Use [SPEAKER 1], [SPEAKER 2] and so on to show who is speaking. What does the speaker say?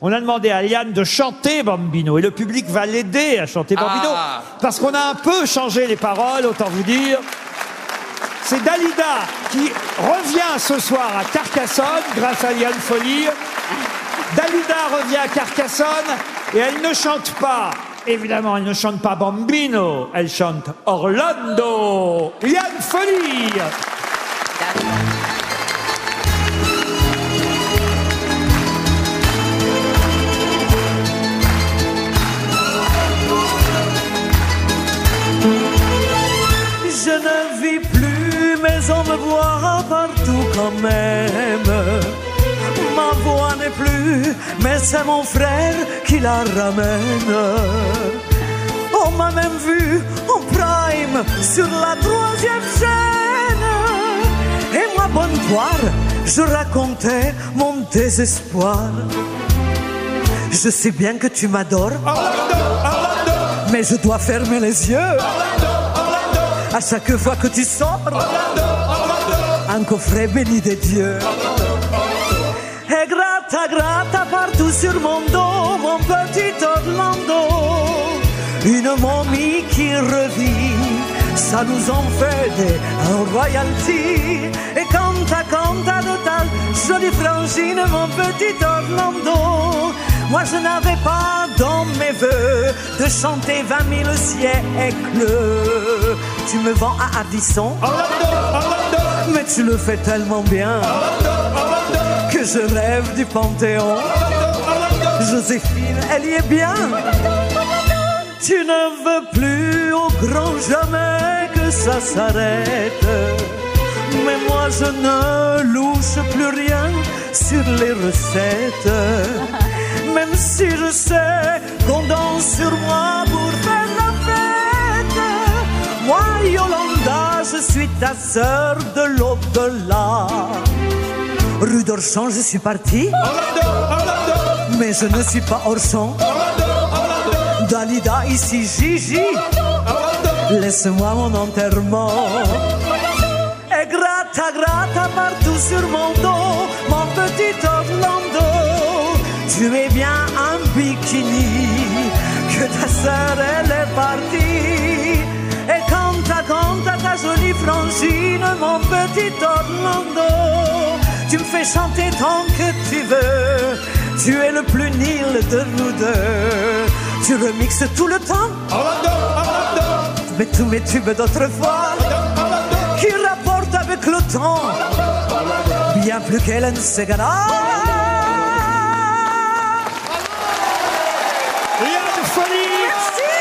[SPEAKER 1] On a demandé à Liane de chanter Bambino et le public va l'aider à chanter Bambino
[SPEAKER 2] Ah.
[SPEAKER 1] parce qu'on a un peu changé les paroles, autant vous dire. C'est Dalida qui revient ce soir à Carcassonne grâce à Liane Folie. Dalida revient à Carcassonne et elle ne chante pas. Évidemment, elle ne chante pas Bambino, elle chante Orlando. Liane Folie
[SPEAKER 3] Je ne vis plus, mais on me voit partout quand même. Ma voix n'est plus, mais c'est mon frère qui la ramène. On m'a même vu en prime sur la troisième chaîne. Et moi, bonne poire, je racontais mon désespoir. Je sais bien que tu m'adores, mais je dois fermer les yeux. À chaque fois que tu sors, un coffret béni des dieux. Et gratta, gratta partout sur mon dos, mon petit Orlando. Une momie qui revit, ça nous en fait des royalty. Et canta, canta de ta jolie frangine, mon petit Orlando. Moi je n'avais pas dans mes voeux de chanter vingt mille siècles. Tu me vends à Addison, mais tu le fais tellement bien que je rêve du Panthéon. Joséphine, elle y est bien. Tu ne veux plus au grand jamais que ça s'arrête. Mais moi je ne louche plus rien sur les recettes. Même si je sais qu'on danse sur moi pour faire la fête. Moi, Yolanda, je suis ta sœur de l'au-delà. Rue d'Orson, je suis parti. Mais je ne suis pas Orson. Dalida, ici Gigi. Laisse-moi mon enterrement. Et gratta, gratta partout sur mon dos, mon petit Orlando. Tu es bien un bikini, que ta sœur elle est partie. Et canta, canta ta jolie frangine, mon petit Orlando. Tu me fais chanter tant que tu veux, tu es le plus nil de nous deux. Tu remixes tout le temps, mais tous mes tubes d'autrefois qui rapporte avec le temps bien plus qu'Hélène Segara.
[SPEAKER 1] Liane Folie